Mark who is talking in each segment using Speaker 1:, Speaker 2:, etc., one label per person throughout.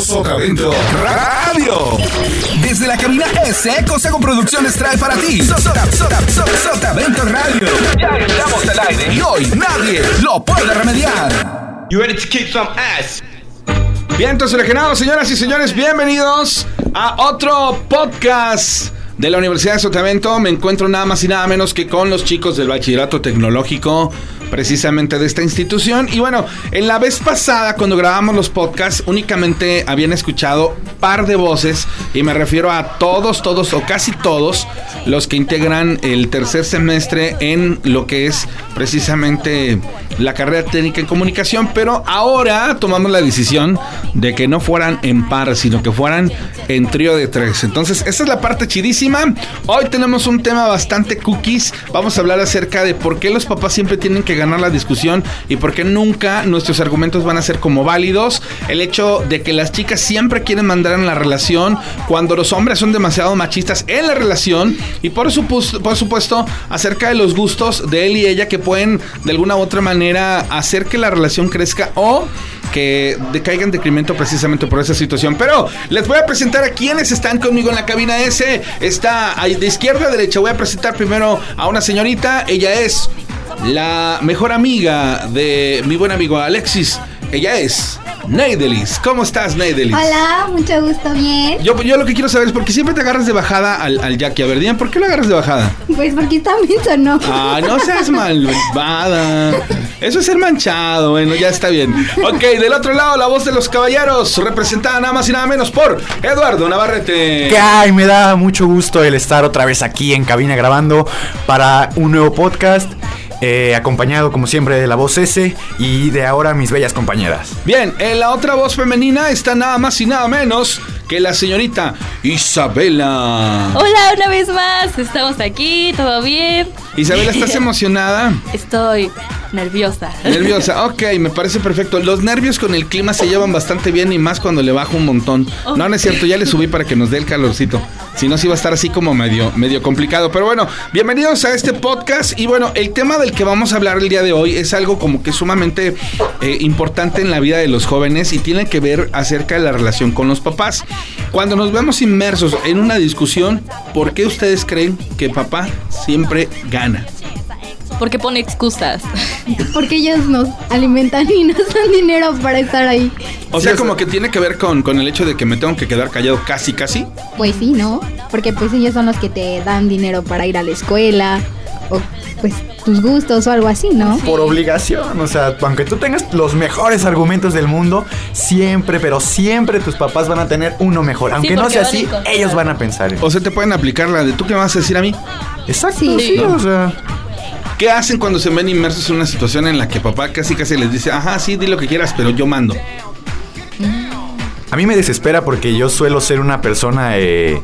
Speaker 1: Socavento Radio.
Speaker 2: Desde la cabina S, Consejo Producciones trae para ti Sotavento Radio. Ya estamos al aire y hoy nadie lo puede remediar.
Speaker 3: You ready to kick some ass?
Speaker 4: Bien, entonces, legendados, señoras y señores, bienvenidos a otro podcast de la Universidad de Sotavento. Me encuentro nada más y nada menos que con los chicos del Bachillerato Tecnológico, precisamente de esta institución. Y bueno, en la vez pasada, cuando grabamos los podcasts, únicamente habían escuchado par de voces, y me refiero a todos, todos o casi todos los que integran el tercer semestre en lo que es precisamente la carrera técnica en comunicación, pero ahora tomamos la decisión de que no fueran en par, sino que fueran en trío de tres. Entonces, esa es la parte chidísima. Hoy tenemos un tema bastante cookies. Vamos a hablar acerca de por qué los papás siempre tienen que ganar la discusión y por qué nunca nuestros argumentos van a ser como válidos. El hecho de que las chicas siempre quieren mandar en la relación cuando los hombres son demasiado machistas en la relación y por supuesto, por supuesto acerca de los gustos de él y ella que pueden de alguna u otra manera hacer que la relación crezca o que decaiga en decremento precisamente por esa situación. Pero les voy a presentar a quienes están conmigo en la cabina S. Está ahí de izquierda a derecha. Voy a presentar primero a una señorita. Ella es la mejor amiga de mi buen amigo Alexis. Ella es Neidelis. ¿Cómo estás, Neidelis?
Speaker 5: Hola, mucho gusto, bien.
Speaker 4: Yo, yo lo que quiero saber es por qué siempre te agarras de bajada al, al Jackie. A ver, dime, ¿por qué lo agarras de bajada?
Speaker 5: Pues porque también sonó.
Speaker 4: Ah, no seas malvada. Eso es ser manchado. Bueno, ya está bien. Ok, del otro lado, la voz de los caballeros, representada nada más y nada menos por Eduardo Navarrete.
Speaker 6: ¿Qué hay? Me da mucho gusto el estar otra vez aquí en cabina grabando para un nuevo podcast. eh, acompañado como siempre de la voz S y de ahora mis bellas compañeras.
Speaker 4: Bien, en la otra voz femenina está nada más y nada menos que la señorita Isabela.
Speaker 7: Hola, una vez más. Estamos aquí, todo bien.
Speaker 4: Isabela, ¿estás emocionada?
Speaker 7: Estoy nerviosa.
Speaker 4: Nerviosa, ok, me parece perfecto. Los nervios con el clima se llevan bastante bien y más cuando le bajo un montón. No, no es cierto, ya le subí para que nos dé el calorcito. Si no, sí va a estar así como medio, medio complicado. Pero bueno, bienvenidos a este podcast. Y bueno, el tema del que vamos a hablar el día de hoy es algo como que sumamente eh, importante en la vida de los jóvenes y tiene que ver acerca de la relación con los papás. Cuando nos vemos inmersos en una discusión, ¿por qué ustedes creen que papá siempre gana?
Speaker 7: Porque pone excusas.
Speaker 5: Porque ellos nos alimentan y nos dan dinero para estar ahí.
Speaker 4: O sea, como que tiene que ver con, con el hecho de que me tengo que quedar callado casi, casi.
Speaker 5: Pues sí, ¿no? Porque pues ellos son los que te dan dinero para ir a la escuela o pues tus gustos o algo así, ¿no?
Speaker 6: Por obligación, o sea, aunque tú tengas los mejores argumentos del mundo, siempre, pero siempre tus papás van a tener uno mejor. Aunque no
Speaker 7: porque
Speaker 6: sea
Speaker 7: van a
Speaker 6: así,
Speaker 7: encontrar.
Speaker 6: ellos van a pensar. en-
Speaker 4: O sea, te pueden aplicar la de tú que me vas a decir a mí.
Speaker 6: Exacto,
Speaker 5: Sí.
Speaker 6: sí,
Speaker 4: ¿No?
Speaker 6: o sea.
Speaker 4: ¿Qué hacen cuando se ven inmersos en una situación en la que papá casi casi les dice, ajá, sí, di lo que quieras, pero yo mando?
Speaker 6: A mí me desespera porque yo suelo ser una persona eh,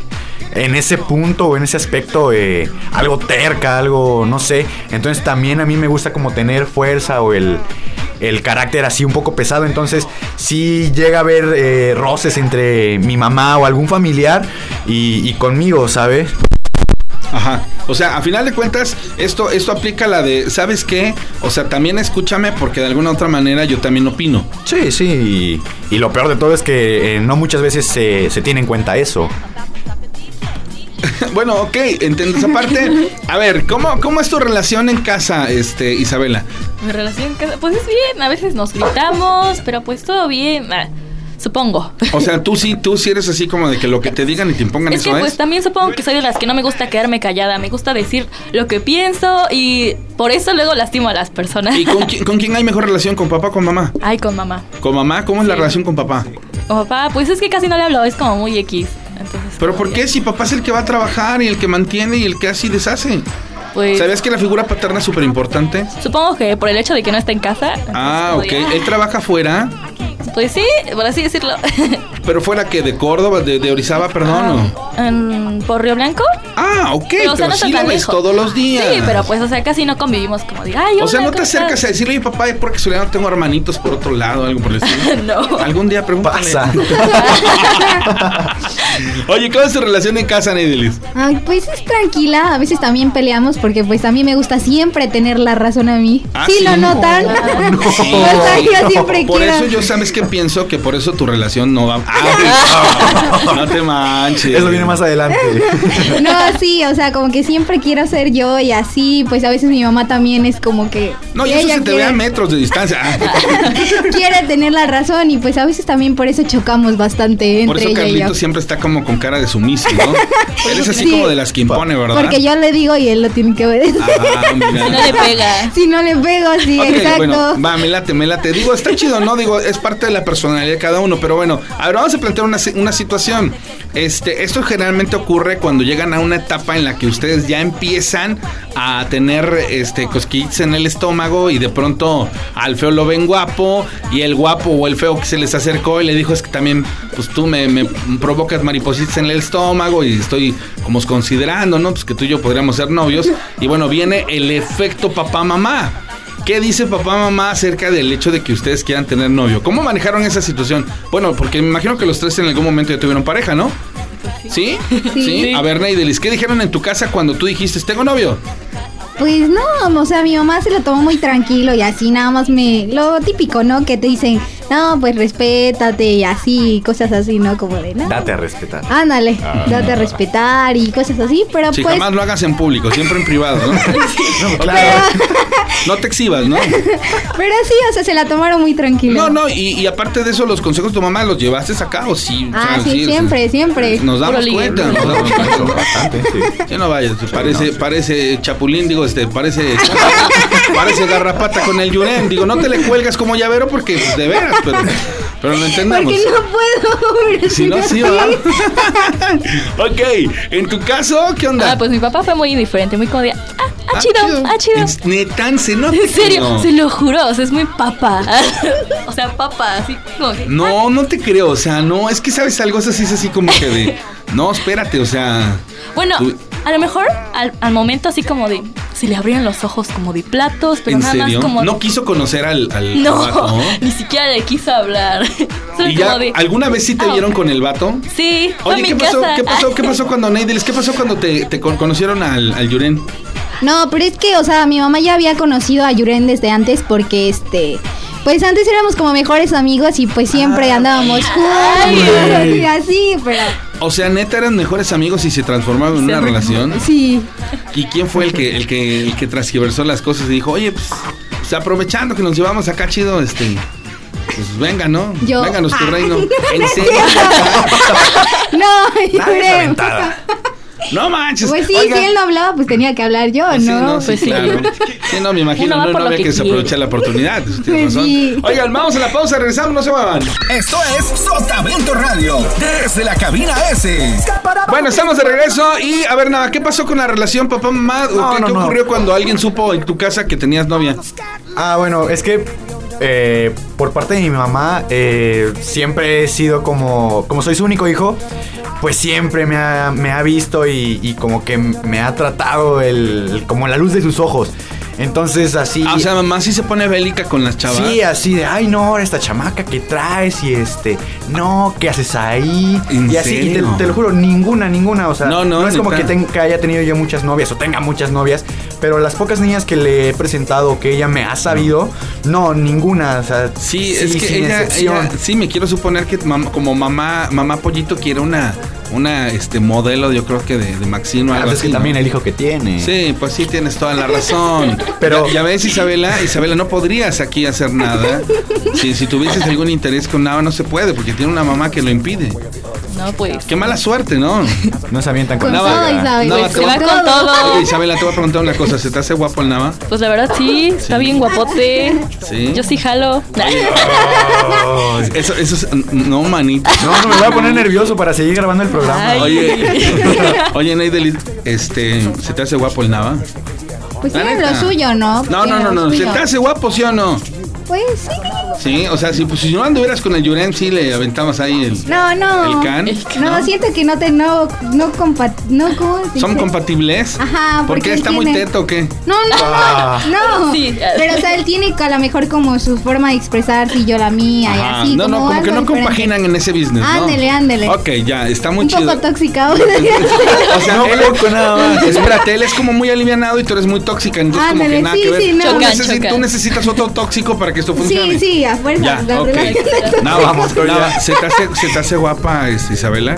Speaker 6: en ese punto o en ese aspecto eh, algo terca, algo no sé. Entonces también a mí me gusta como tener fuerza o el, el carácter así un poco pesado. Entonces sí llega a haber eh, roces entre mi mamá o algún familiar y, y conmigo, ¿sabes?
Speaker 4: Ajá. O sea, a final de cuentas, esto, esto aplica la de, ¿sabes qué? O sea, también escúchame porque de alguna otra manera yo también opino.
Speaker 6: Sí, sí. Y, y lo peor de todo es que eh, no muchas veces se, se tiene en cuenta eso.
Speaker 4: bueno, ok, entiendo esa parte. A ver, ¿cómo, ¿cómo es tu relación en casa, este, Isabela?
Speaker 7: Mi relación, en casa, pues es bien. A veces nos gritamos, pero pues todo bien. Ah, supongo.
Speaker 4: O sea, tú sí, tú sí eres así como de que lo que te digan y te impongan
Speaker 7: Es que
Speaker 4: eso
Speaker 7: pues
Speaker 4: es.
Speaker 7: también supongo que soy de las que no me gusta quedarme callada. Me gusta decir lo que pienso y por eso luego lastimo a las personas.
Speaker 4: ¿Y con, quién- con quién hay mejor relación? ¿Con papá o con mamá?
Speaker 7: Ay, con mamá.
Speaker 4: ¿Con mamá? ¿Cómo es la relación con papá?
Speaker 7: Con papá, pues es que casi no le hablo. Es como muy X. Entonces,
Speaker 4: Pero
Speaker 7: como
Speaker 4: ¿por qué
Speaker 7: bien.
Speaker 4: si papá es el que va a trabajar y el que mantiene y el que así deshace?
Speaker 7: Pues
Speaker 4: ¿Sabías que la figura paterna es súper importante?
Speaker 7: supongo que por el hecho de que no está en casa. entonces,
Speaker 4: Ah,
Speaker 7: como
Speaker 4: ok.
Speaker 7: de,
Speaker 4: Él trabaja fuera,
Speaker 7: ah, Pues sí, por así decirlo.
Speaker 4: pero fuera que de Córdoba, de, de Orizaba, perdón. ¿o?
Speaker 7: Ah, En- ¿Por Río Blanco?
Speaker 4: Ah, ok. Pero,
Speaker 7: Pero, o sea, no
Speaker 4: sí
Speaker 7: está
Speaker 4: lo
Speaker 7: tan
Speaker 4: ves
Speaker 7: lejos.
Speaker 4: todos los días.
Speaker 7: Sí, pero pues, o sea, casi no convivimos como diga, ay,
Speaker 4: O sea,
Speaker 7: hola,
Speaker 4: no te
Speaker 7: ¿cómo estás?
Speaker 4: acercas a decirle, oye, papá, es porque soledad no tengo hermanitos por otro lado, algo por el estilo.
Speaker 7: No.
Speaker 4: Algún día pregúntale.
Speaker 6: Pasa.
Speaker 4: Oye, ¿cómo es tu relación en casa, Neidelis?
Speaker 5: Ay, pues es tranquila, a veces también peleamos porque pues a mí me gusta siempre tener la razón a mí.
Speaker 4: Ah,
Speaker 5: sí,
Speaker 4: ¿sí?
Speaker 5: lo notan.
Speaker 4: No.
Speaker 5: O sea, yo siempre
Speaker 4: Por
Speaker 5: quiero-
Speaker 4: eso yo sabes que que pienso que por eso tu relación no va. ¡Ay! no, no te manches.
Speaker 6: Eso viene más adelante.
Speaker 5: No, sí, o sea, como que siempre quiero ser yo y así, pues a veces mi mamá también es como que...
Speaker 4: No, y eso se te ve a metros de distancia. Ah,
Speaker 5: quiere tener la razón y pues a veces también por eso chocamos bastante entre
Speaker 4: Por eso
Speaker 5: ella y yo.
Speaker 4: Carlito siempre está como con cara de sumiso, ¿no? Eres así
Speaker 5: Sí.
Speaker 4: como de las que impone, ¿verdad?
Speaker 5: Porque yo le digo y él lo tiene que obedecer.
Speaker 4: Ah, mira.
Speaker 7: Si no le pega.
Speaker 5: Si no le pego, sí,
Speaker 4: Ah. Ok,
Speaker 5: exacto.
Speaker 4: bueno, va, me late, me late. Digo, está chido, ¿no? Digo, es parte de la personalidad de cada uno, pero bueno, a ver, vamos a plantear una, si- una situación. Este, esto generalmente ocurre cuando llegan a una etapa en la que ustedes ya empiezan a tener este cosquillitas en el estómago y de pronto al feo lo ven guapo y el guapo o el feo que se les acercó y le dijo es que también pues tú me, me provocas maripositas en el estómago y estoy como considerando, ¿no? Pues que tú y yo podríamos ser novios y bueno, viene el efecto papá mamá. ¿Qué dice papá mamá acerca del hecho de que ustedes quieran tener novio? ¿Cómo manejaron esa situación? Bueno, porque me imagino que los tres en algún momento ya tuvieron pareja, ¿no? ¿Sí? Sí. A ver, Neidelis, ¿qué dijeron en tu casa cuando tú dijiste, tengo novio?
Speaker 5: Pues no, o sea, mi mamá se lo tomó muy tranquilo y así nada más me... Lo típico, ¿no? Que te dicen, no, pues respétate y así, cosas así, ¿no? Como de nada.
Speaker 6: Date a respetar.
Speaker 5: Ándale, date a respetar y cosas así, pero
Speaker 4: Si
Speaker 5: pues...
Speaker 4: jamás lo hagas en público, siempre en privado, ¿no?
Speaker 6: No, claro.
Speaker 4: No te exhibas, ¿no?
Speaker 5: Pero sí, o sea, se la tomaron muy tranquilo.
Speaker 4: No, no, y, y aparte de eso, los consejos de tu mamá, ¿los llevaste a cabo? Sí. o sea,
Speaker 5: Ah, sí,
Speaker 4: o sea,
Speaker 5: siempre, siempre.
Speaker 4: Nos damos
Speaker 7: Puro ligue.
Speaker 4: cuenta, nos damos
Speaker 6: Eso,
Speaker 4: cuenta.
Speaker 6: bastante, sí.
Speaker 4: Ya no vayas, parece,
Speaker 6: no, sí.
Speaker 4: parece chapulín, digo, este, parece, parece garrapata con el Yuren. Digo, no te le cuelgas como llavero porque pues, de veras, pero, pero lo entendemos.
Speaker 5: Porque no puedo. pero
Speaker 4: Si no, sí, ¿verdad? ok, en tu caso, ¿qué onda?
Speaker 7: Ah, pues mi papá fue muy indiferente, muy como de, ah, ah, chido, ah, chido.
Speaker 4: Es Netan, se nota.
Speaker 7: En serio,
Speaker 4: No.
Speaker 7: se lo juro, o sea, es muy papá. o sea, papá, así como que,
Speaker 4: No, no te creo, o sea, no, es que sabes algo, eso sí es así como que de, no, espérate, o sea,
Speaker 7: Bueno,
Speaker 4: Uy.
Speaker 7: a lo mejor al, al momento así como de. Se le abrieron los ojos como de platos, pero
Speaker 4: en
Speaker 7: nada
Speaker 4: serio,
Speaker 7: más como.
Speaker 4: no quiso conocer al, al
Speaker 7: No,
Speaker 4: vato, ¿no?
Speaker 7: ni siquiera le quiso hablar. Solo
Speaker 4: Y ya,
Speaker 7: como de.
Speaker 4: ¿alguna vez sí te
Speaker 7: Ah,
Speaker 4: vieron
Speaker 7: ok.
Speaker 4: con el vato?
Speaker 7: Sí, fue
Speaker 4: Oye,
Speaker 7: en mi
Speaker 4: ¿qué pasó?
Speaker 7: casa.
Speaker 4: ¿Qué pasó? ¿Qué pasó cuando Neidelis? ¿Qué pasó cuando te, te con- conocieron al, al Yuren?
Speaker 5: No, pero es que, o sea, mi mamá ya había conocido a Yuren desde antes porque este. Pues antes éramos como mejores amigos y pues siempre andábamos juntos
Speaker 4: Ah, güey.
Speaker 5: y así, pero
Speaker 4: O sea, neta eran mejores amigos y se transformaron en una relación.
Speaker 5: sí.
Speaker 4: ¿Y quién fue el que, el que, el que transgiversó las cosas y dijo, oye, pues, pues, aprovechando que nos llevamos acá chido, este. Pues venga, ¿no?
Speaker 5: Yo.
Speaker 4: Vénganos tu
Speaker 5: Ah.
Speaker 4: reino. En serio.
Speaker 5: No,
Speaker 6: Nada de
Speaker 5: Yuren.
Speaker 6: aventada.
Speaker 4: No manches.
Speaker 5: Pues sí,
Speaker 4: Oigan.
Speaker 5: si él no hablaba, pues tenía que hablar yo,
Speaker 4: Ah,
Speaker 5: ¿no?
Speaker 4: sí, no, sí,
Speaker 7: Pues sí.
Speaker 4: claro. Sí, no, me imagino,
Speaker 7: Uno va
Speaker 4: no, no
Speaker 7: por lo
Speaker 4: había que,
Speaker 7: que
Speaker 4: se
Speaker 7: quiere.
Speaker 4: aprovecha la oportunidad. Tienes
Speaker 5: Pues
Speaker 4: razón.
Speaker 5: sí.
Speaker 4: Oigan, vamos a la pausa, regresamos, no se muevan.
Speaker 2: Esto es Sotavento Radio, desde la cabina S.
Speaker 4: Bueno, estamos de regreso y a ver nada, ¿qué pasó con la relación papá mamá? ¿O
Speaker 6: No,
Speaker 4: ¿Qué,
Speaker 6: no,
Speaker 4: qué
Speaker 6: no.
Speaker 4: ocurrió cuando alguien supo en tu casa que tenías novia?
Speaker 6: Ah, bueno, es que eh, por parte de mi mamá eh, siempre he sido como, como soy su único hijo, pues siempre me ha, me ha visto y, y como que me ha tratado el, como la luz de sus ojos. Entonces así...
Speaker 4: Ah, o sea, mamá sí se pone bélica con las chavas.
Speaker 6: Sí, así de, ay no, esta chamaca que traes y este, no, ¿qué haces ahí?
Speaker 4: ¿En
Speaker 6: y así, y te,
Speaker 4: serio?
Speaker 6: te lo juro, ninguna, ninguna, o sea,
Speaker 4: No,
Speaker 6: no,
Speaker 4: no,
Speaker 6: es como
Speaker 4: neta.
Speaker 6: que, ten- que haya tenido yo muchas novias o tenga muchas novias, pero las pocas niñas que le he presentado o que ella me ha sabido, no, ninguna, o sea,
Speaker 4: Sí, es que
Speaker 6: sin
Speaker 4: ella,
Speaker 6: excepción.
Speaker 4: ella- sí me quiero suponer que mam- como mamá mamá pollito quiere una una este modelo, yo creo que de, de Maxino o
Speaker 6: Ah,
Speaker 4: algo
Speaker 6: pues es
Speaker 4: así.
Speaker 6: que
Speaker 4: ¿no?
Speaker 6: también el hijo que tiene.
Speaker 4: Sí, pues sí tienes toda la razón.
Speaker 6: Pero-
Speaker 4: ya, ya ves Isabela, Isabela no podrías aquí hacer nada. Si si tuvieses algún interés con nada no se puede porque tiene una mamá que lo impide.
Speaker 7: No, pues.
Speaker 4: Qué mala suerte, ¿no?
Speaker 6: No se avientan con
Speaker 5: Con
Speaker 4: Nada,
Speaker 5: todo,
Speaker 6: nada.
Speaker 5: Isabel.
Speaker 4: nada,
Speaker 5: con
Speaker 4: te va
Speaker 7: con todo.
Speaker 4: Oye, Isabela, te voy a preguntar una cosa. ¿Se te hace guapo el Nava?
Speaker 7: Pues la verdad sí, está bien guapote.
Speaker 4: Sí.
Speaker 7: Yo sí jalo.
Speaker 4: Eso, eso es. No, manito.
Speaker 6: No, no, me voy a poner nervioso para seguir grabando el programa.
Speaker 7: Ay.
Speaker 4: Oye, oye, Neidelit, este, ¿se te hace guapo el Nava?
Speaker 5: Pues
Speaker 4: La
Speaker 5: tiene
Speaker 4: neta.
Speaker 5: lo suyo, ¿no?
Speaker 4: No, no,
Speaker 5: Tiene
Speaker 4: no,
Speaker 5: lo
Speaker 4: no. ¿Se
Speaker 5: suyo.
Speaker 4: te hace guapo, sí o no?
Speaker 5: Pues sí.
Speaker 4: Sí, o sea, si, pues, si no anduvieras con el Yuren, sí le aventabas ahí el,
Speaker 5: No, no.
Speaker 4: el can.
Speaker 5: No, siento que no te no no compa no ¿cómo se
Speaker 4: ¿Son
Speaker 5: dice?
Speaker 4: compatibles?
Speaker 5: Ajá,
Speaker 4: ¿Por qué
Speaker 5: porque
Speaker 4: está muy
Speaker 5: tiene-
Speaker 4: teto o qué?
Speaker 5: No, no,
Speaker 6: Ah.
Speaker 5: no, no.
Speaker 7: Sí.
Speaker 5: Pero, o sea, él tiene a lo mejor como su forma de expresarse y yo la mía
Speaker 4: Ajá.
Speaker 5: y así.
Speaker 4: no, no, como
Speaker 5: algo
Speaker 4: que no
Speaker 5: diferente.
Speaker 4: compaginan en ese business, ¿no?
Speaker 5: Ándele, ándele.
Speaker 4: Ok, ya, está muy
Speaker 5: Un
Speaker 4: chido.
Speaker 5: poco tóxica.
Speaker 4: O sea,
Speaker 6: No,
Speaker 4: él,
Speaker 6: poco nada más.
Speaker 4: Espérate, él es como muy alivianado y tú eres muy tóxica, entonces como que
Speaker 5: Ándale,
Speaker 4: nada
Speaker 5: sí,
Speaker 4: que ver.
Speaker 5: sí, no.
Speaker 4: tú,
Speaker 7: Chocan,
Speaker 4: necesi-
Speaker 7: chocan.
Speaker 4: tú necesitas otro tóxico para que esto funcione.
Speaker 5: sí, sí, sí, a fuerza.
Speaker 4: Ya,
Speaker 5: las
Speaker 4: ok.
Speaker 5: relaciones tóxicas.
Speaker 4: Nava,
Speaker 6: Vamos, Toña.
Speaker 4: Nava, ¿se te, hace, ¿se te hace guapa este, Isabela?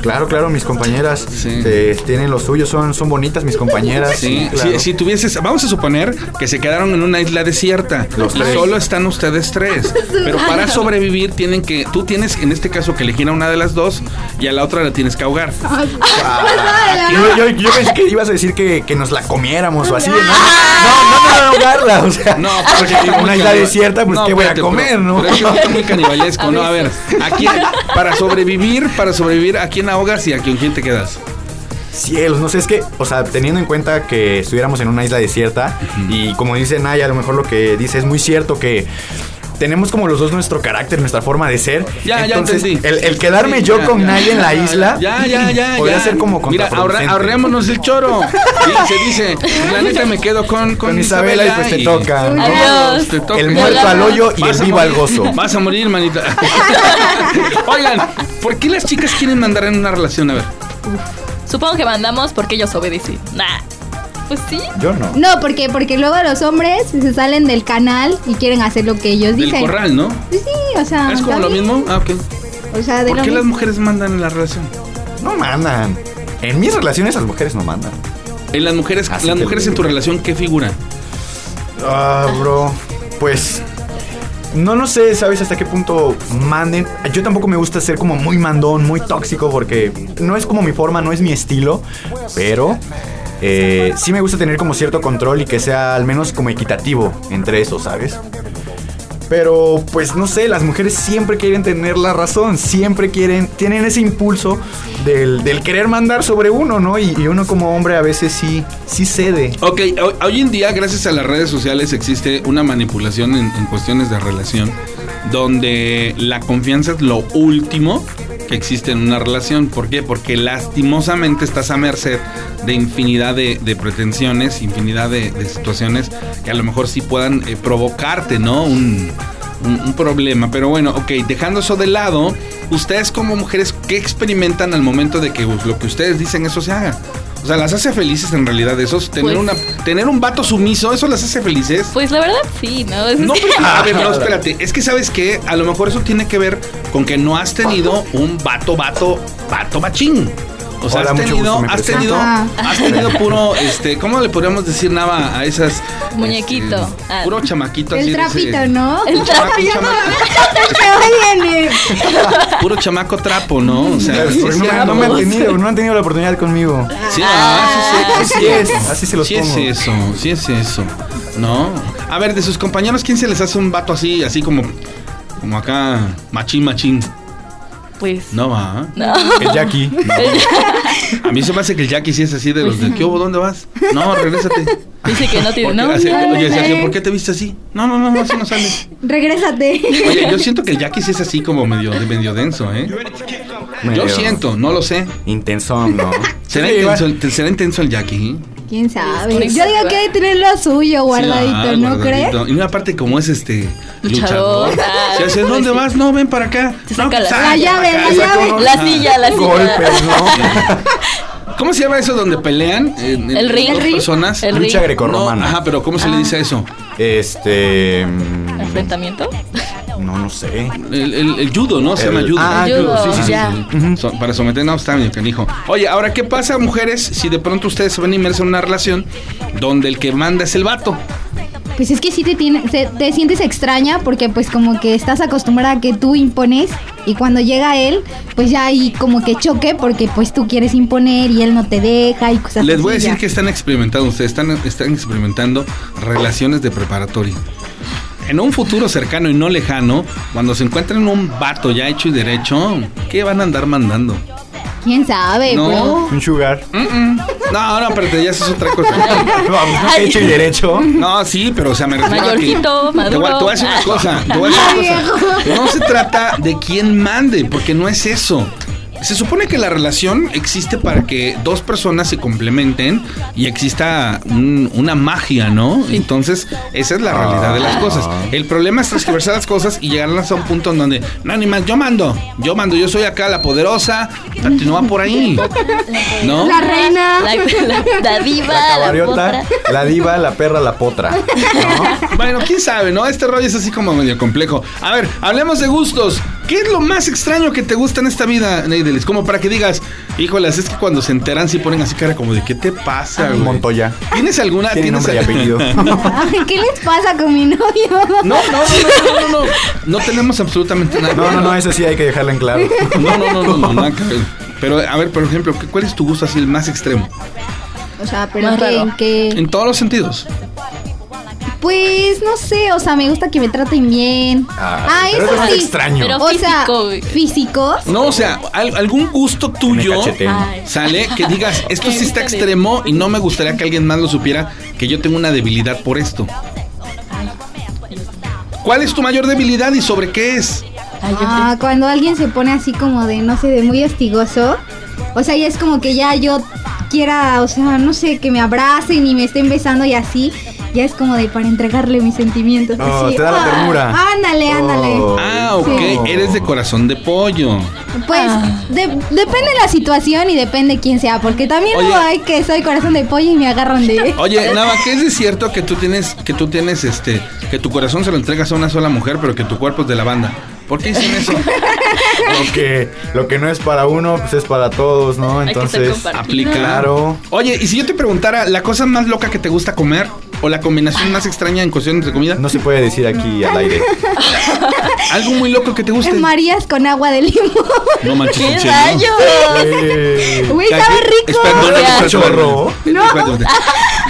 Speaker 6: Claro, claro, mis compañeras
Speaker 4: Sí.
Speaker 6: eh, tienen lo suyo, son, son bonitas mis compañeras.
Speaker 4: Sí,
Speaker 6: claro.
Speaker 4: si, si tuvieses, vamos a suponer que se quedaron en una isla desierta
Speaker 6: Los
Speaker 4: y
Speaker 6: tres.
Speaker 4: solo están ustedes tres. Pero para sobrevivir tienen que, tú tienes en este caso que elegir a una de las dos y a la otra la tienes que ahogar.
Speaker 6: Ah, Yo, yo- yo pensé que ibas a decir que, que nos la comiéramos o así, ¿no? No, no, no, no, ahogarla, o sea.
Speaker 4: No, porque
Speaker 6: en Ah. una isla desierta, pues, ¿qué voy a
Speaker 4: espérate,
Speaker 6: comer,
Speaker 4: pero-
Speaker 6: no?
Speaker 4: pero es que está muy canibalesco, ¿no? A ver, ¿a quién, para sobrevivir, para sobrevivir, ¿a quién ahogas y a quién, quién te quedas?
Speaker 6: Cielos, no sé, es que, o sea, teniendo en cuenta que estuviéramos en una isla desierta y como dice Naya, a lo mejor lo que dice es muy cierto que tenemos como los dos nuestro carácter, nuestra forma de ser.
Speaker 4: Ya, ya
Speaker 6: Entonces,
Speaker 4: entendí.
Speaker 6: El, el quedarme
Speaker 4: Sí,
Speaker 6: yo
Speaker 4: ya,
Speaker 6: con
Speaker 4: ya,
Speaker 6: Naya en la isla
Speaker 4: Ya, ya, ya.
Speaker 6: podría
Speaker 4: ya.
Speaker 6: ser como
Speaker 4: Mira, ahorra-
Speaker 6: contraproducente.
Speaker 4: ahorrémonos el choro. Sí, se dice, la neta me quedo con, con,
Speaker 6: Con Isabela y pues te toca. ¿no?
Speaker 7: Adiós.
Speaker 4: Te toca.
Speaker 6: El
Speaker 4: Ya.
Speaker 6: muerto al hoyo y
Speaker 4: Vas
Speaker 6: el
Speaker 4: a
Speaker 6: vivo al
Speaker 4: morir.
Speaker 6: gozo.
Speaker 4: Vas a morir, manita. Oigan, ¿por qué las chicas quieren mandar en una relación? A ver.
Speaker 7: Supongo que mandamos porque ellos obedecen. Nah. Pues sí.
Speaker 6: Yo no.
Speaker 5: No, porque porque luego los hombres se salen del canal y quieren hacer lo que ellos
Speaker 4: Del
Speaker 5: dicen.
Speaker 4: corral, ¿no?
Speaker 5: Sí, sí, o sea.
Speaker 4: ¿Es como
Speaker 5: está
Speaker 4: lo
Speaker 5: bien.
Speaker 4: mismo? Ah, ok.
Speaker 5: O sea, de
Speaker 4: ¿Por
Speaker 5: lo
Speaker 4: qué las
Speaker 5: mismo.
Speaker 4: mujeres mandan en la relación?
Speaker 6: No mandan. En mis relaciones las mujeres no mandan.
Speaker 4: En las mujeres,
Speaker 6: Así
Speaker 4: las
Speaker 6: Ah, te
Speaker 4: mujeres
Speaker 6: lo
Speaker 4: en tu
Speaker 6: digo.
Speaker 4: relación, ¿qué figura?
Speaker 6: Ah, bro. Pues. No, no sé, ¿sabes hasta qué punto manden? Yo tampoco me gusta ser como muy mandón, muy tóxico, porque no es como mi forma, no es mi estilo, pero eh, sí me gusta tener como cierto control y que sea al menos como equitativo entre eso, ¿sabes? Pero pues no sé, las mujeres siempre quieren tener la razón, siempre quieren, tienen ese impulso del, del querer mandar sobre uno, ¿no? Y, y uno como hombre a veces sí, sí cede.
Speaker 4: Ok, ho- hoy en día, gracias a las redes sociales, existe una manipulación en, en cuestiones de relación, donde la confianza es lo último que existe en una relación. ¿Por qué? Porque lastimosamente estás a merced de infinidad de, de pretensiones, infinidad de, de situaciones que a lo mejor sí puedan eh, provocarte, ¿no? Un, un, un problema. Pero bueno, ok, dejando eso de lado, ustedes como mujeres, ¿qué experimentan al momento de que pues, lo que ustedes dicen eso se haga? O sea, ¿las hace felices en realidad eso? Tener,
Speaker 7: Pues-
Speaker 4: una, tener un vato sumiso, ¿eso las hace felices?
Speaker 7: Pues la verdad sí, ¿no? Es-
Speaker 4: No, pero- a ver, no, espérate. Es que sabes que a lo mejor eso tiene que ver con que no has tenido un vato, vato, vato machín. O sea,
Speaker 6: Hola,
Speaker 4: has
Speaker 6: mucho
Speaker 4: tenido,
Speaker 6: gusto, me
Speaker 4: has tenido,
Speaker 5: presento.
Speaker 4: has tenido puro, este, ¿cómo le podríamos decir nada a esas?
Speaker 7: Muñequito.
Speaker 4: este,
Speaker 7: Ah.
Speaker 4: puro chamaquito así
Speaker 5: El
Speaker 4: de ese-
Speaker 5: trapito, ¿no?
Speaker 7: El
Speaker 5: El
Speaker 4: chamaco,
Speaker 7: trapillo.
Speaker 4: chamaco.
Speaker 5: te viene.
Speaker 4: Puro chamaco trapo, ¿no? O sea, sí,
Speaker 6: Porque
Speaker 4: sí,
Speaker 6: no, no me han tenido, no han tenido la oportunidad conmigo.
Speaker 4: Sí, ah, sí, sí,
Speaker 6: Así
Speaker 4: sí,
Speaker 6: es, así se los
Speaker 4: sí
Speaker 6: pongo.
Speaker 4: es eso, sí es eso. No. A ver, de sus compañeros, ¿quién se les hace un vato así, así como, como acá, machín, machín?
Speaker 7: Pues.
Speaker 4: No va. ¿eh?
Speaker 7: No.
Speaker 6: El Jackie.
Speaker 4: A mí se me hace que el Jackie sí es así de los de ¿qué hubo? ¿Dónde vas? No, regrésate.
Speaker 7: Dice que no tiene.
Speaker 4: Porque
Speaker 7: No,
Speaker 4: hace-
Speaker 7: no, no,
Speaker 4: oye,
Speaker 7: no.
Speaker 4: se hace, ¿por qué te viste así? No, no, no, no, así no sale.
Speaker 5: Regrésate.
Speaker 4: Oye, yo siento que el Jackie sí es así como medio, medio denso, ¿eh? Yo
Speaker 6: Medio
Speaker 4: siento, no lo sé.
Speaker 6: Intenso, ¿no?
Speaker 4: ¿Será
Speaker 6: Sí,
Speaker 4: intenso,
Speaker 6: igual.
Speaker 4: el- será intenso el Jackie?
Speaker 5: ¿Quién sabe?
Speaker 7: Pues,
Speaker 5: Yo digo que debe tener lo suyo
Speaker 4: Sí,
Speaker 5: guardadito,
Speaker 4: ah,
Speaker 5: ¿no
Speaker 4: guardadito.
Speaker 5: crees?
Speaker 4: Y no, aparte, como es este
Speaker 7: Luchador.
Speaker 4: luchador.
Speaker 7: Ah,
Speaker 4: Si haces, ¿dónde
Speaker 7: sí.
Speaker 4: vas? No, ven para acá.
Speaker 7: Te
Speaker 4: No,
Speaker 7: saca la-
Speaker 4: sal,
Speaker 5: La llave,
Speaker 4: para
Speaker 5: la
Speaker 4: acá.
Speaker 5: llave.
Speaker 7: La silla, la silla.
Speaker 6: Golpes, ¿no?
Speaker 4: ¿Cómo se llama eso donde pelean? En- en
Speaker 7: El ring.
Speaker 4: dos
Speaker 7: El ring.
Speaker 4: personas.
Speaker 7: El
Speaker 6: Lucha
Speaker 7: ring. Ah.
Speaker 4: No,
Speaker 6: grecorromana.
Speaker 4: ajá, pero ¿cómo se le dice a eso?
Speaker 6: Este. mm,
Speaker 7: ¿Enfrentamiento?
Speaker 6: No, no sé.
Speaker 4: El, el- el judo, ¿no? Se
Speaker 6: El-
Speaker 4: llama judo.
Speaker 6: ah,
Speaker 7: El judo, judo, sí, sí, sí, ya.
Speaker 4: sí. Ujú. So- para someter, no, está medio canijo. Oye, ahora, ¿qué pasa, mujeres, si de pronto ustedes se ven inmersas en una relación donde el que manda es el vato?
Speaker 5: Pues es que sí te, tiene, se- te sientes extraña porque pues como que estás acostumbrada a que tú impones y cuando llega él, pues ya hay como que choque porque pues tú quieres imponer y él no te deja y cosas
Speaker 4: Les voy a
Speaker 5: así,
Speaker 4: decir
Speaker 5: ya.
Speaker 4: que están experimentando, ustedes están, están experimentando relaciones de preparatoria. En un futuro cercano y no lejano, cuando se encuentren un vato ya hecho y derecho, ¿qué van a andar mandando?
Speaker 5: ¿Quién sabe?
Speaker 4: No,
Speaker 6: Un sugar.
Speaker 4: Mm, mm. no, no, espérate, ya eso es otra cosa.
Speaker 6: Vamos, ¿no? hecho y derecho.
Speaker 4: No, sí, pero o sea, me refiero a que-
Speaker 7: Mayorcito,
Speaker 4: te voy-
Speaker 7: maduro.
Speaker 4: Te voy a decir una cosa, te voy a decir una cosa. No se trata de quién mande, porque no es eso. Se supone que la relación existe para que dos personas se complementen y exista un- una magia, ¿no? Entonces, esa es la realidad de las cosas. El problema es transversar las cosas y llegarlas a un punto en donde, no, ni más, yo mando, yo mando, yo soy acá la poderosa, continúa por ahí, ¿no?
Speaker 5: La reina.
Speaker 7: La, la- la diva,
Speaker 6: La
Speaker 7: la,
Speaker 6: cabariota,
Speaker 7: potra.
Speaker 6: la diva, la perra, la potra.
Speaker 4: Bueno, quién sabe, ¿no? Este rollo es así como medio complejo. A ver, hablemos de gustos. ¿Qué es lo más extraño que te gusta en esta vida, Neidelis? Como para que digas, híjolas, es que cuando se enteran sí ponen así cara como de, ¿qué te pasa, güey?
Speaker 6: Montoya.
Speaker 7: Ah,
Speaker 4: ¿Tienes alguna?
Speaker 6: Tiene
Speaker 4: ¿Tienes
Speaker 6: nombre y
Speaker 4: al-
Speaker 6: apellido.
Speaker 5: Ay, ¿Qué les pasa con mi novio?
Speaker 4: No, no, no, no, no, no, no. No tenemos absolutamente nada.
Speaker 6: No, no, no, eso sí hay que dejarla en claro.
Speaker 4: No, no, no, no, no, nada que ver. Pero, a ver, por ejemplo, ¿qué- ¿cuál es tu gusto así el más extremo?
Speaker 5: O sea, pero
Speaker 7: Más
Speaker 5: que,
Speaker 7: raro.
Speaker 5: que-
Speaker 4: En todos los sentidos.
Speaker 5: Pues no sé, o sea, me gusta que me traten bien.
Speaker 6: Ah,
Speaker 5: Ah,
Speaker 6: pero
Speaker 5: eso
Speaker 6: eso es
Speaker 5: sí.
Speaker 6: extraño.
Speaker 7: Pero
Speaker 5: O sea,
Speaker 7: físico, güey.
Speaker 5: físicos.
Speaker 4: No, o sea, al- algún gusto
Speaker 6: Me
Speaker 4: tuyo
Speaker 6: cachetean.
Speaker 7: Ay.
Speaker 4: sale que digas, esto sí está
Speaker 7: Evítale.
Speaker 4: extremo y no me gustaría que alguien más lo supiera, que yo tengo una debilidad por esto. ¿Cuál es tu mayor debilidad y sobre qué es?
Speaker 7: Ay, yo
Speaker 5: Ah, cuando alguien se pone así como de, no sé, de muy hostigoso. O sea, ya es como que ya yo quiera, o sea, no sé, que me abracen y me estén besando y así. Ya es como de para entregarle mis sentimientos.
Speaker 6: Oh,
Speaker 5: así.
Speaker 6: te da la
Speaker 5: Ah,
Speaker 6: ternura.
Speaker 5: Ándale, ándale.
Speaker 6: Oh.
Speaker 4: Ah, ok,
Speaker 5: Sí.
Speaker 4: eres de corazón de pollo.
Speaker 5: Pues
Speaker 7: Ah.
Speaker 5: de- depende la situación y depende quién sea, porque también
Speaker 4: Oye.
Speaker 5: no hay que soy corazón de pollo y me agarran de.
Speaker 4: Oye, Nava, ¿qué es de cierto que tú tienes, que tú tienes este, que tu corazón se lo entregas a una sola mujer, pero que tu cuerpo es de la banda? ¿Por qué dicen eso?
Speaker 6: Lo que, lo que no es para uno, pues es para todos, ¿no?
Speaker 7: Hay que ser
Speaker 6: Entonces.
Speaker 7: compartido.
Speaker 4: Aplica.
Speaker 6: Claro.
Speaker 4: Oye, y si yo te preguntara, ¿la cosa más loca que te gusta comer? ¿O la combinación más extraña en cuestiones de comida?
Speaker 6: No se puede decir aquí al aire.
Speaker 4: Algo muy loco que te guste.
Speaker 5: Marías con agua de limón.
Speaker 4: No manches,
Speaker 7: ¡Qué
Speaker 4: en serio.
Speaker 7: rayos!
Speaker 6: Eh,
Speaker 5: Güey, estaba
Speaker 4: Galle-
Speaker 5: rico.
Speaker 4: Espera, espera, espera, espera,
Speaker 6: Chorro.
Speaker 4: espera, espera, espera.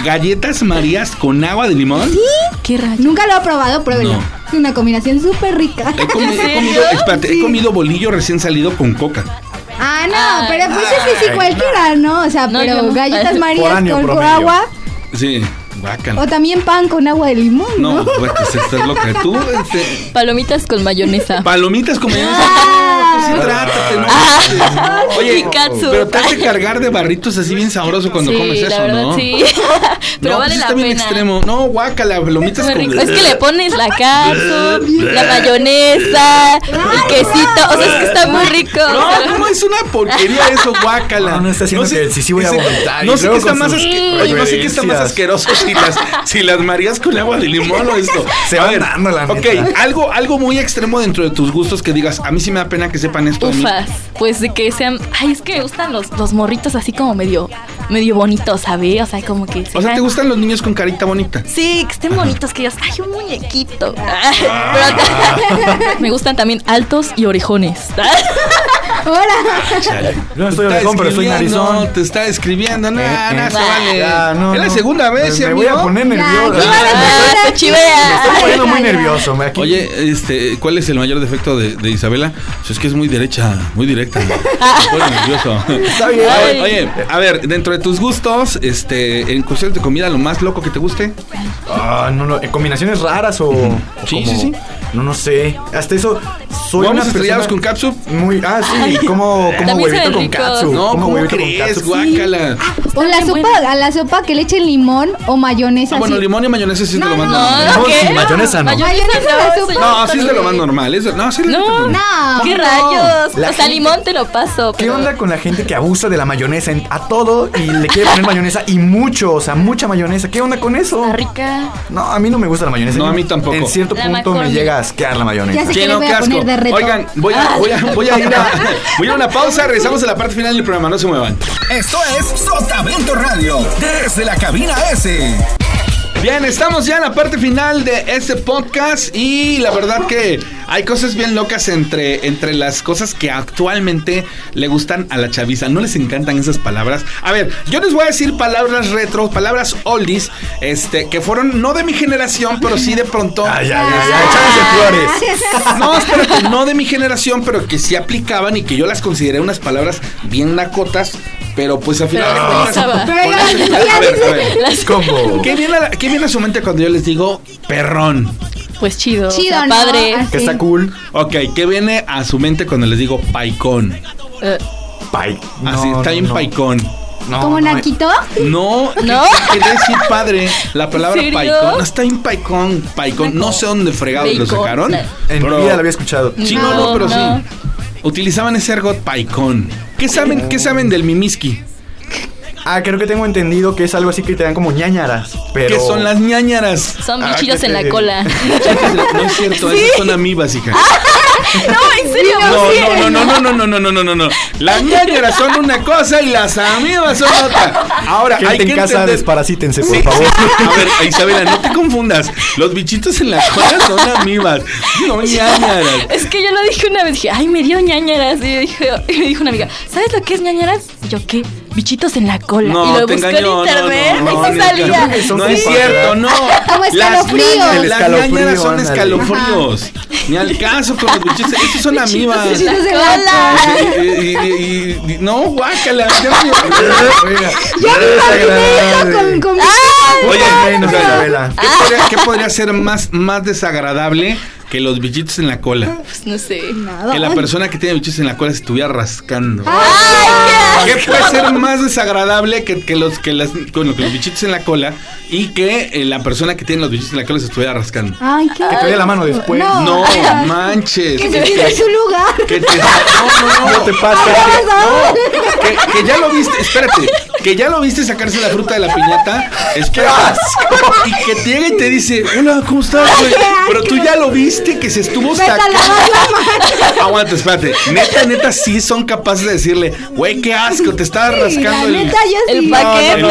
Speaker 4: Galletas Marías con agua de limón.
Speaker 7: ¡Qué rayos!
Speaker 5: Nunca lo he probado, pruébelo.
Speaker 4: No.
Speaker 5: Es una combinación súper rica.
Speaker 4: He comido, he
Speaker 7: serio?
Speaker 4: comido- espérate, he
Speaker 5: Sí.
Speaker 4: comido bolillo recién salido con coca.
Speaker 5: Ah, no,
Speaker 7: Ay,
Speaker 5: pero pues ese sí
Speaker 6: ay,
Speaker 5: cualquiera, ¿no? O sea,
Speaker 7: No,
Speaker 5: pero
Speaker 7: yo no.
Speaker 5: galletas
Speaker 7: Por
Speaker 5: Marías
Speaker 6: año
Speaker 5: con, con
Speaker 6: promedio.
Speaker 5: agua
Speaker 4: Sí, guácala.
Speaker 7: Oh,
Speaker 5: o también pan con agua de limón,
Speaker 4: No, pues,
Speaker 5: ¿no?
Speaker 4: güey, que estás loca. Tú, este,
Speaker 7: Palomitas con mayonesa.
Speaker 4: palomitas como yo. Pues,
Speaker 5: Ah.
Speaker 4: Sí, trátate, no
Speaker 7: Ah,
Speaker 4: manches. Oye,
Speaker 7: Picatsu.
Speaker 4: pero te hace cargar de barritos así bien sabroso cuando
Speaker 7: sí,
Speaker 4: comes
Speaker 7: la
Speaker 4: eso,
Speaker 7: verdad,
Speaker 4: ¿no?
Speaker 7: sí. pero
Speaker 4: no,
Speaker 7: vale
Speaker 4: pues
Speaker 7: la
Speaker 4: está bien
Speaker 7: pena.
Speaker 4: extremo. No, guácala, palomitas
Speaker 7: Muy
Speaker 4: con...
Speaker 7: rico. Es que le pones la catsup, la mayonesa, el quesito. O sea, es que está muy rico.
Speaker 4: No, ¿cómo es una porquería eso, guácala?
Speaker 6: No, no está haciendo que sí, sí voy a
Speaker 4: ese-
Speaker 6: vomitar.
Speaker 4: No
Speaker 6: Y
Speaker 4: sé
Speaker 6: luego
Speaker 4: qué está
Speaker 6: con
Speaker 4: más
Speaker 6: sus
Speaker 4: asque- oye, no sé qué está más
Speaker 6: referencias.
Speaker 4: asqueroso si las, si las marías con agua de limón o esto.
Speaker 6: Se
Speaker 4: A
Speaker 6: van dando, la
Speaker 4: Ok,
Speaker 6: neta.
Speaker 4: algo, algo muy extremo dentro de tus gustos que digas, a mí sí me da pena que sepan esto. de mí.
Speaker 7: Ufas, pues de que sean, ay, es que me gustan los, los morritos así como medio, medio bonitos, ¿sabes? O sea, como que
Speaker 4: O sea,
Speaker 7: sean-
Speaker 4: ¿te gustan los niños con carita bonita?
Speaker 7: Sí, que estén bonitos, que digas, ay, un muñequito. Pero- me gustan también altos y orejones. Ah,
Speaker 5: Ahora.
Speaker 6: Yo no
Speaker 4: Te
Speaker 6: estoy
Speaker 4: está
Speaker 6: orejón, pero soy
Speaker 4: escribiendo,
Speaker 6: narizón.
Speaker 4: Te está escribiendo, no,
Speaker 6: Eh,
Speaker 4: no,
Speaker 6: eh.
Speaker 4: se vale.
Speaker 6: Ya, no,
Speaker 4: es la
Speaker 6: no.
Speaker 4: segunda vez,
Speaker 6: Me, me voy
Speaker 4: amigo.
Speaker 6: a poner
Speaker 5: Ya,
Speaker 6: nervioso.
Speaker 5: ya,
Speaker 6: Me
Speaker 5: ya,
Speaker 7: Ah,
Speaker 5: ya.
Speaker 6: estoy
Speaker 7: chivea.
Speaker 6: poniendo muy
Speaker 5: ya, ya.
Speaker 6: nervioso. me- aquí-
Speaker 4: Oye, este, ¿cuál es el mayor defecto de, de Isabela? Pues es que es muy derecha, muy directa. Muy nervioso.
Speaker 6: Está bien.
Speaker 7: Ay.
Speaker 4: Oye, a ver, dentro de tus gustos, este, en cuestiones de comida, lo más loco que te guste.
Speaker 6: Ah, no, no, eh, combinaciones raras o. o
Speaker 4: Sí, sí, sí.
Speaker 6: No, no sé. Hasta eso. Soy
Speaker 4: ¿Vamos
Speaker 6: una
Speaker 4: estrellados con
Speaker 6: persona
Speaker 4: catsup?
Speaker 6: Muy. Ah, sí. Como, como
Speaker 7: También
Speaker 6: huevito
Speaker 7: saben
Speaker 6: con
Speaker 7: ricos.
Speaker 6: katsu.
Speaker 4: No,
Speaker 6: como
Speaker 4: ¿cómo
Speaker 6: huevito
Speaker 4: crees?
Speaker 6: katsu.
Speaker 4: Guácala.
Speaker 5: O la
Speaker 7: bien
Speaker 5: sopa,
Speaker 7: buena.
Speaker 5: a la sopa que le echen limón o mayonesa.
Speaker 4: Ah, bueno,
Speaker 5: así.
Speaker 4: limón y mayonesa sí te lo
Speaker 5: No,
Speaker 4: mando.
Speaker 7: No,
Speaker 4: normal.
Speaker 7: no,
Speaker 6: No,
Speaker 7: ¿qué?
Speaker 6: sin mayonesa no.
Speaker 5: Mayonesa no,
Speaker 7: señor.
Speaker 4: No, sí te lo mando normal. eso- no, sí lo
Speaker 7: No,
Speaker 5: No,
Speaker 7: ¿Qué
Speaker 5: no.
Speaker 7: rayos?
Speaker 6: La
Speaker 7: o sea,
Speaker 6: gente-
Speaker 7: limón te lo paso.
Speaker 6: ¿Qué
Speaker 7: pero-
Speaker 6: onda con la gente que abusa de la mayonesa en- a todo y le quiere poner mayonesa y mucho, o sea, mucha mayonesa? ¿Qué onda con eso?
Speaker 7: Está rica.
Speaker 6: No, a mí no me gusta la mayonesa.
Speaker 4: No, a mí tampoco.
Speaker 6: En cierto
Speaker 7: La
Speaker 6: punto me
Speaker 7: McCormick.
Speaker 6: llega a asquear la mayonesa.
Speaker 5: Ya sé.
Speaker 4: Sí,
Speaker 5: que le
Speaker 4: no,
Speaker 5: voy
Speaker 4: qué
Speaker 5: a
Speaker 4: asco.
Speaker 5: poner de reto. Ah.
Speaker 4: Oigan, voy a, voy, a, voy, a ir a, voy a ir a una pausa, regresamos a la parte final del programa, no se muevan.
Speaker 2: Esto es Sotavento Radio, desde la cabina S.
Speaker 4: Bien, estamos ya en la parte final de este podcast y la verdad que hay cosas bien locas entre, entre las cosas que actualmente le gustan a la chaviza. No les encantan esas palabras. A ver, yo les voy a decir palabras retro, palabras oldies, este, que fueron no de mi generación, pero sí de pronto.
Speaker 6: Ah, ya, ya, ya. Echándose flores.
Speaker 4: No, espérate, no de mi generación, pero que sí aplicaban y que yo las consideré unas palabras bien nacotas, pero pues al final
Speaker 7: Pero
Speaker 4: de cuentas-
Speaker 5: Pero ya
Speaker 4: A ver, a ver, a ver.
Speaker 7: Las-
Speaker 6: Combo.
Speaker 4: ¿Qué viene, a la- qué viene a su mente cuando yo les digo perrón?
Speaker 7: Pues chido. Ah,
Speaker 5: Chido,
Speaker 7: o sea,
Speaker 5: ¿no?
Speaker 7: padre.
Speaker 5: Así.
Speaker 6: Que está cool.
Speaker 4: Ok, ¿qué viene a su mente cuando les digo paicón?
Speaker 7: Eh,
Speaker 6: pai.
Speaker 4: Así
Speaker 6: No,
Speaker 4: Ah, está bien
Speaker 6: no.
Speaker 4: paicón.
Speaker 6: No,
Speaker 5: ¿Como
Speaker 6: no,
Speaker 5: Naquito?
Speaker 4: No,
Speaker 7: ¿No?
Speaker 4: ¿qué quiere decir padre? La palabra
Speaker 7: ¿En serio?
Speaker 4: paicón. Está bien paicón. Paicón. No sé dónde fregados lo
Speaker 7: Bacon.
Speaker 4: sacaron.
Speaker 6: En
Speaker 4: pero-
Speaker 6: mi vida la había escuchado.
Speaker 4: Sí, no, no,
Speaker 7: No,
Speaker 4: pero
Speaker 7: no.
Speaker 4: sí. Utilizaban ese argot paicón. ¿Qué saben, ¿qué saben del mimiski?
Speaker 6: Ah, creo que tengo entendido que es algo así que te dan como ñañaras. Pero...
Speaker 4: ¿Qué son las ñañaras?
Speaker 7: Son
Speaker 6: Ah,
Speaker 7: bichillos
Speaker 6: ¿qué
Speaker 7: en
Speaker 6: te
Speaker 7: la
Speaker 6: digo?
Speaker 7: cola.
Speaker 4: No es cierto, esas son amibas, hija.
Speaker 7: no, en serio.
Speaker 4: No, no, no, no, no, no, no, no, no, no, no. Las ñañaras son una cosa y las amibas son otra. Ahora, hay
Speaker 6: Gente
Speaker 4: que
Speaker 6: en casa,
Speaker 4: entender-
Speaker 6: desparasítense, por
Speaker 4: Sí,
Speaker 6: favor.
Speaker 4: sí. A ver, Isabela, no te confundas. Los bichitos en las cola son amibas. No ñañaras.
Speaker 7: Es que yo lo dije una vez, dije, ay, me dio ñañaras. Y, dije, y me dijo una amiga, ¿sabes lo que es ñañaras? Y yo, ¿qué? Bichitos en la cola.
Speaker 4: No,
Speaker 7: y lo
Speaker 4: te
Speaker 7: busqué
Speaker 4: engañó,
Speaker 7: en internet,
Speaker 4: no, no, no,
Speaker 7: ahí sí
Speaker 4: no,
Speaker 7: salía.
Speaker 4: no, No,
Speaker 6: Son
Speaker 4: es
Speaker 6: como-
Speaker 4: cierto, no.
Speaker 5: Como escalofríos.
Speaker 4: Las ñañaras-
Speaker 6: El
Speaker 4: Las
Speaker 6: escalofrío,
Speaker 4: ñañaras son
Speaker 6: ándale.
Speaker 4: escalofríos. Ni al caso con los bichitos. Estos son amibas.
Speaker 7: Bichitos en la
Speaker 5: Bichitos en la
Speaker 7: cola.
Speaker 4: Y- y- y- y- no, guácala. ya me-
Speaker 5: Ya me imaginé eso con, con
Speaker 4: Oye,
Speaker 6: menos,
Speaker 4: o sea,
Speaker 6: Isabela.
Speaker 4: ¿qué, podría, qué podría ser más, más desagradable que los bichitos en la cola?
Speaker 7: Pues no sé.
Speaker 4: Que la persona que tiene bichitos en la cola se estuviera rascando.
Speaker 7: Ay,
Speaker 4: ¿Qué puede ser más desagradable que, que los, que, las, bueno, que los bichitos en la cola y que eh, la persona que tiene los bichitos en la cola se estuviera rascando?
Speaker 5: Ay, qué...
Speaker 6: Que te dé la mano después.
Speaker 4: No, manches.
Speaker 5: Que
Speaker 4: Que,
Speaker 5: se quede en su lugar. Ah,
Speaker 4: que te- no, no, no.
Speaker 6: No te pases.
Speaker 4: Que, que ya lo viste, espérate, que ya lo viste sacarse la fruta de la piñata, espérate, y que te llega y te dice, hola, ¿cómo estás, güey? Pero tú ya lo viste que se estuvo
Speaker 5: Vete a
Speaker 4: sacando.
Speaker 5: lavar la mano.
Speaker 4: Aguanta, espérate. Neta, neta, sí son capaces de decirle, güey, qué asco, te estabas
Speaker 5: La
Speaker 4: rascando el.
Speaker 5: neta, yo sí.
Speaker 7: El
Speaker 4: No, no,
Speaker 7: paquete.
Speaker 4: no,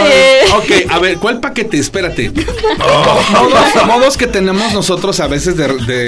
Speaker 4: no. Ok, a ver, ¿cuál paquete? Espérate. Modos, modos que tenemos nosotros a veces de, de-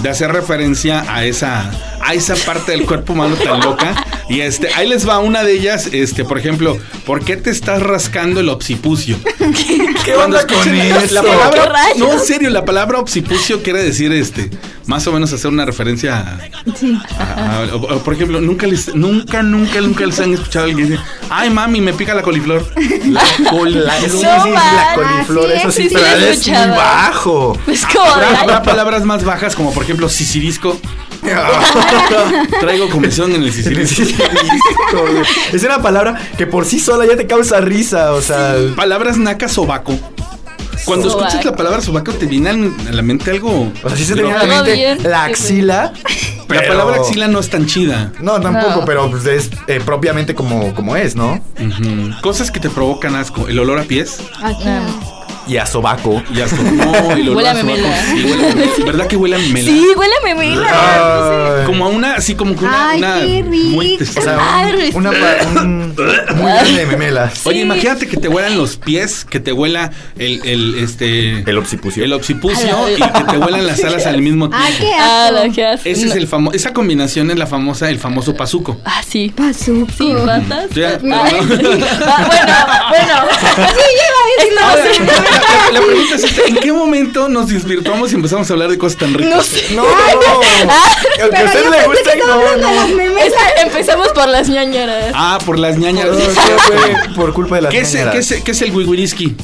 Speaker 4: de hacer referencia a esa, a esa parte del cuerpo humano tan loca. Y este, ahí les va una de ellas, este, por ejemplo, ¿por qué te estás rascando el obsipucio?
Speaker 6: ¿Qué onda
Speaker 4: Cuando
Speaker 6: con
Speaker 4: escuchen la-
Speaker 6: eso?
Speaker 4: La palabra,
Speaker 7: ¿Qué rayos?
Speaker 4: no, en serio, la palabra obsipucio quiere decir este, más o menos hacer una referencia a-
Speaker 5: Sí.
Speaker 4: Ah, o- o, por ejemplo, nunca les, nunca, nunca, nunca les han escuchado a alguien que dice, ay mami, me pica la coliflor. La
Speaker 6: La, sí, sí,
Speaker 4: coliflor.
Speaker 7: No
Speaker 6: sí, la
Speaker 7: manches,
Speaker 6: coliflor,
Speaker 5: sí
Speaker 6: eso sí,
Speaker 7: existe,
Speaker 6: pero
Speaker 7: lo he
Speaker 6: es muy
Speaker 7: escuchado.
Speaker 6: bajo.
Speaker 7: Es como.
Speaker 4: Habrá,
Speaker 7: ay,
Speaker 4: habrá palabras más bajas como por ejemplo sisirisco. Traigo comezón en el sisirisco.
Speaker 6: es una palabra que por sí sola ya te causa risa, o sea,
Speaker 4: Palabras naca sobaco. Cuando
Speaker 7: Sobaco.
Speaker 4: escuchas la palabra sobaco te viene al- a la mente algo.
Speaker 6: o sea, sí se te
Speaker 4: Pero
Speaker 6: viene a la
Speaker 7: Todo
Speaker 6: mente
Speaker 7: bien.
Speaker 6: la axila.
Speaker 4: La
Speaker 6: pero-
Speaker 4: palabra axila no es tan chida.
Speaker 6: No, tampoco,
Speaker 7: No.
Speaker 6: pero pues, es eh, propiamente como, como es, ¿no?
Speaker 4: Ujú. Cosas que te provocan asco. El olor a pies.
Speaker 7: ah,
Speaker 5: Aquí.
Speaker 6: Y a sobaco.
Speaker 4: Y asco. No, el olor
Speaker 7: Huele
Speaker 4: a
Speaker 7: a
Speaker 4: sobaco.
Speaker 7: memela.
Speaker 4: Sí, huele a memela. ¿Verdad que huele a memela?
Speaker 7: Sí, huele a memela.
Speaker 6: Ay.
Speaker 4: Como a una, así como que una.
Speaker 5: Ay,
Speaker 4: una
Speaker 5: qué
Speaker 4: muy
Speaker 5: rico.
Speaker 6: O sea,
Speaker 4: testera.
Speaker 7: Madre.
Speaker 6: un- una pa- un- muy grande de memelas.
Speaker 4: Oye, imagínate que te huelan los pies, que te huela el, el este.
Speaker 6: El obsipucio.
Speaker 4: El obsipucio
Speaker 7: A
Speaker 4: y
Speaker 7: la-
Speaker 4: que te huelan las alas al mismo tiempo.
Speaker 5: Ay, qué
Speaker 7: Ah, la
Speaker 5: asco.
Speaker 7: que hace.
Speaker 4: Ese es el famoso, esa combinación es la famosa, el famoso pazuco.
Speaker 7: Ah, sí.
Speaker 5: Pazuco.
Speaker 7: Sí, patas.
Speaker 4: Ya,
Speaker 7: Ay,
Speaker 4: perdón.
Speaker 7: ah, bueno, Ah, bueno.
Speaker 5: Sí, lleva
Speaker 7: Ahora-
Speaker 5: eso.
Speaker 4: La, la pregunta es, esta, ¿en qué momento nos desvirtuamos y empezamos a hablar de cosas tan ricas?
Speaker 7: No sé.
Speaker 6: No, no. Aunque a
Speaker 5: Pero
Speaker 6: usted
Speaker 5: yo
Speaker 6: le
Speaker 5: pensé
Speaker 6: guste,
Speaker 5: que estaba
Speaker 6: no,
Speaker 5: hablando de
Speaker 6: no.
Speaker 5: las memelas.
Speaker 7: Esta- empezamos por las ñañaras.
Speaker 4: Ah, por las ñañas.
Speaker 6: No, sí, fue por culpa de las
Speaker 4: ¿Qué es, el-
Speaker 6: ñañaras.
Speaker 4: qué es el- qué es el wiwiriski?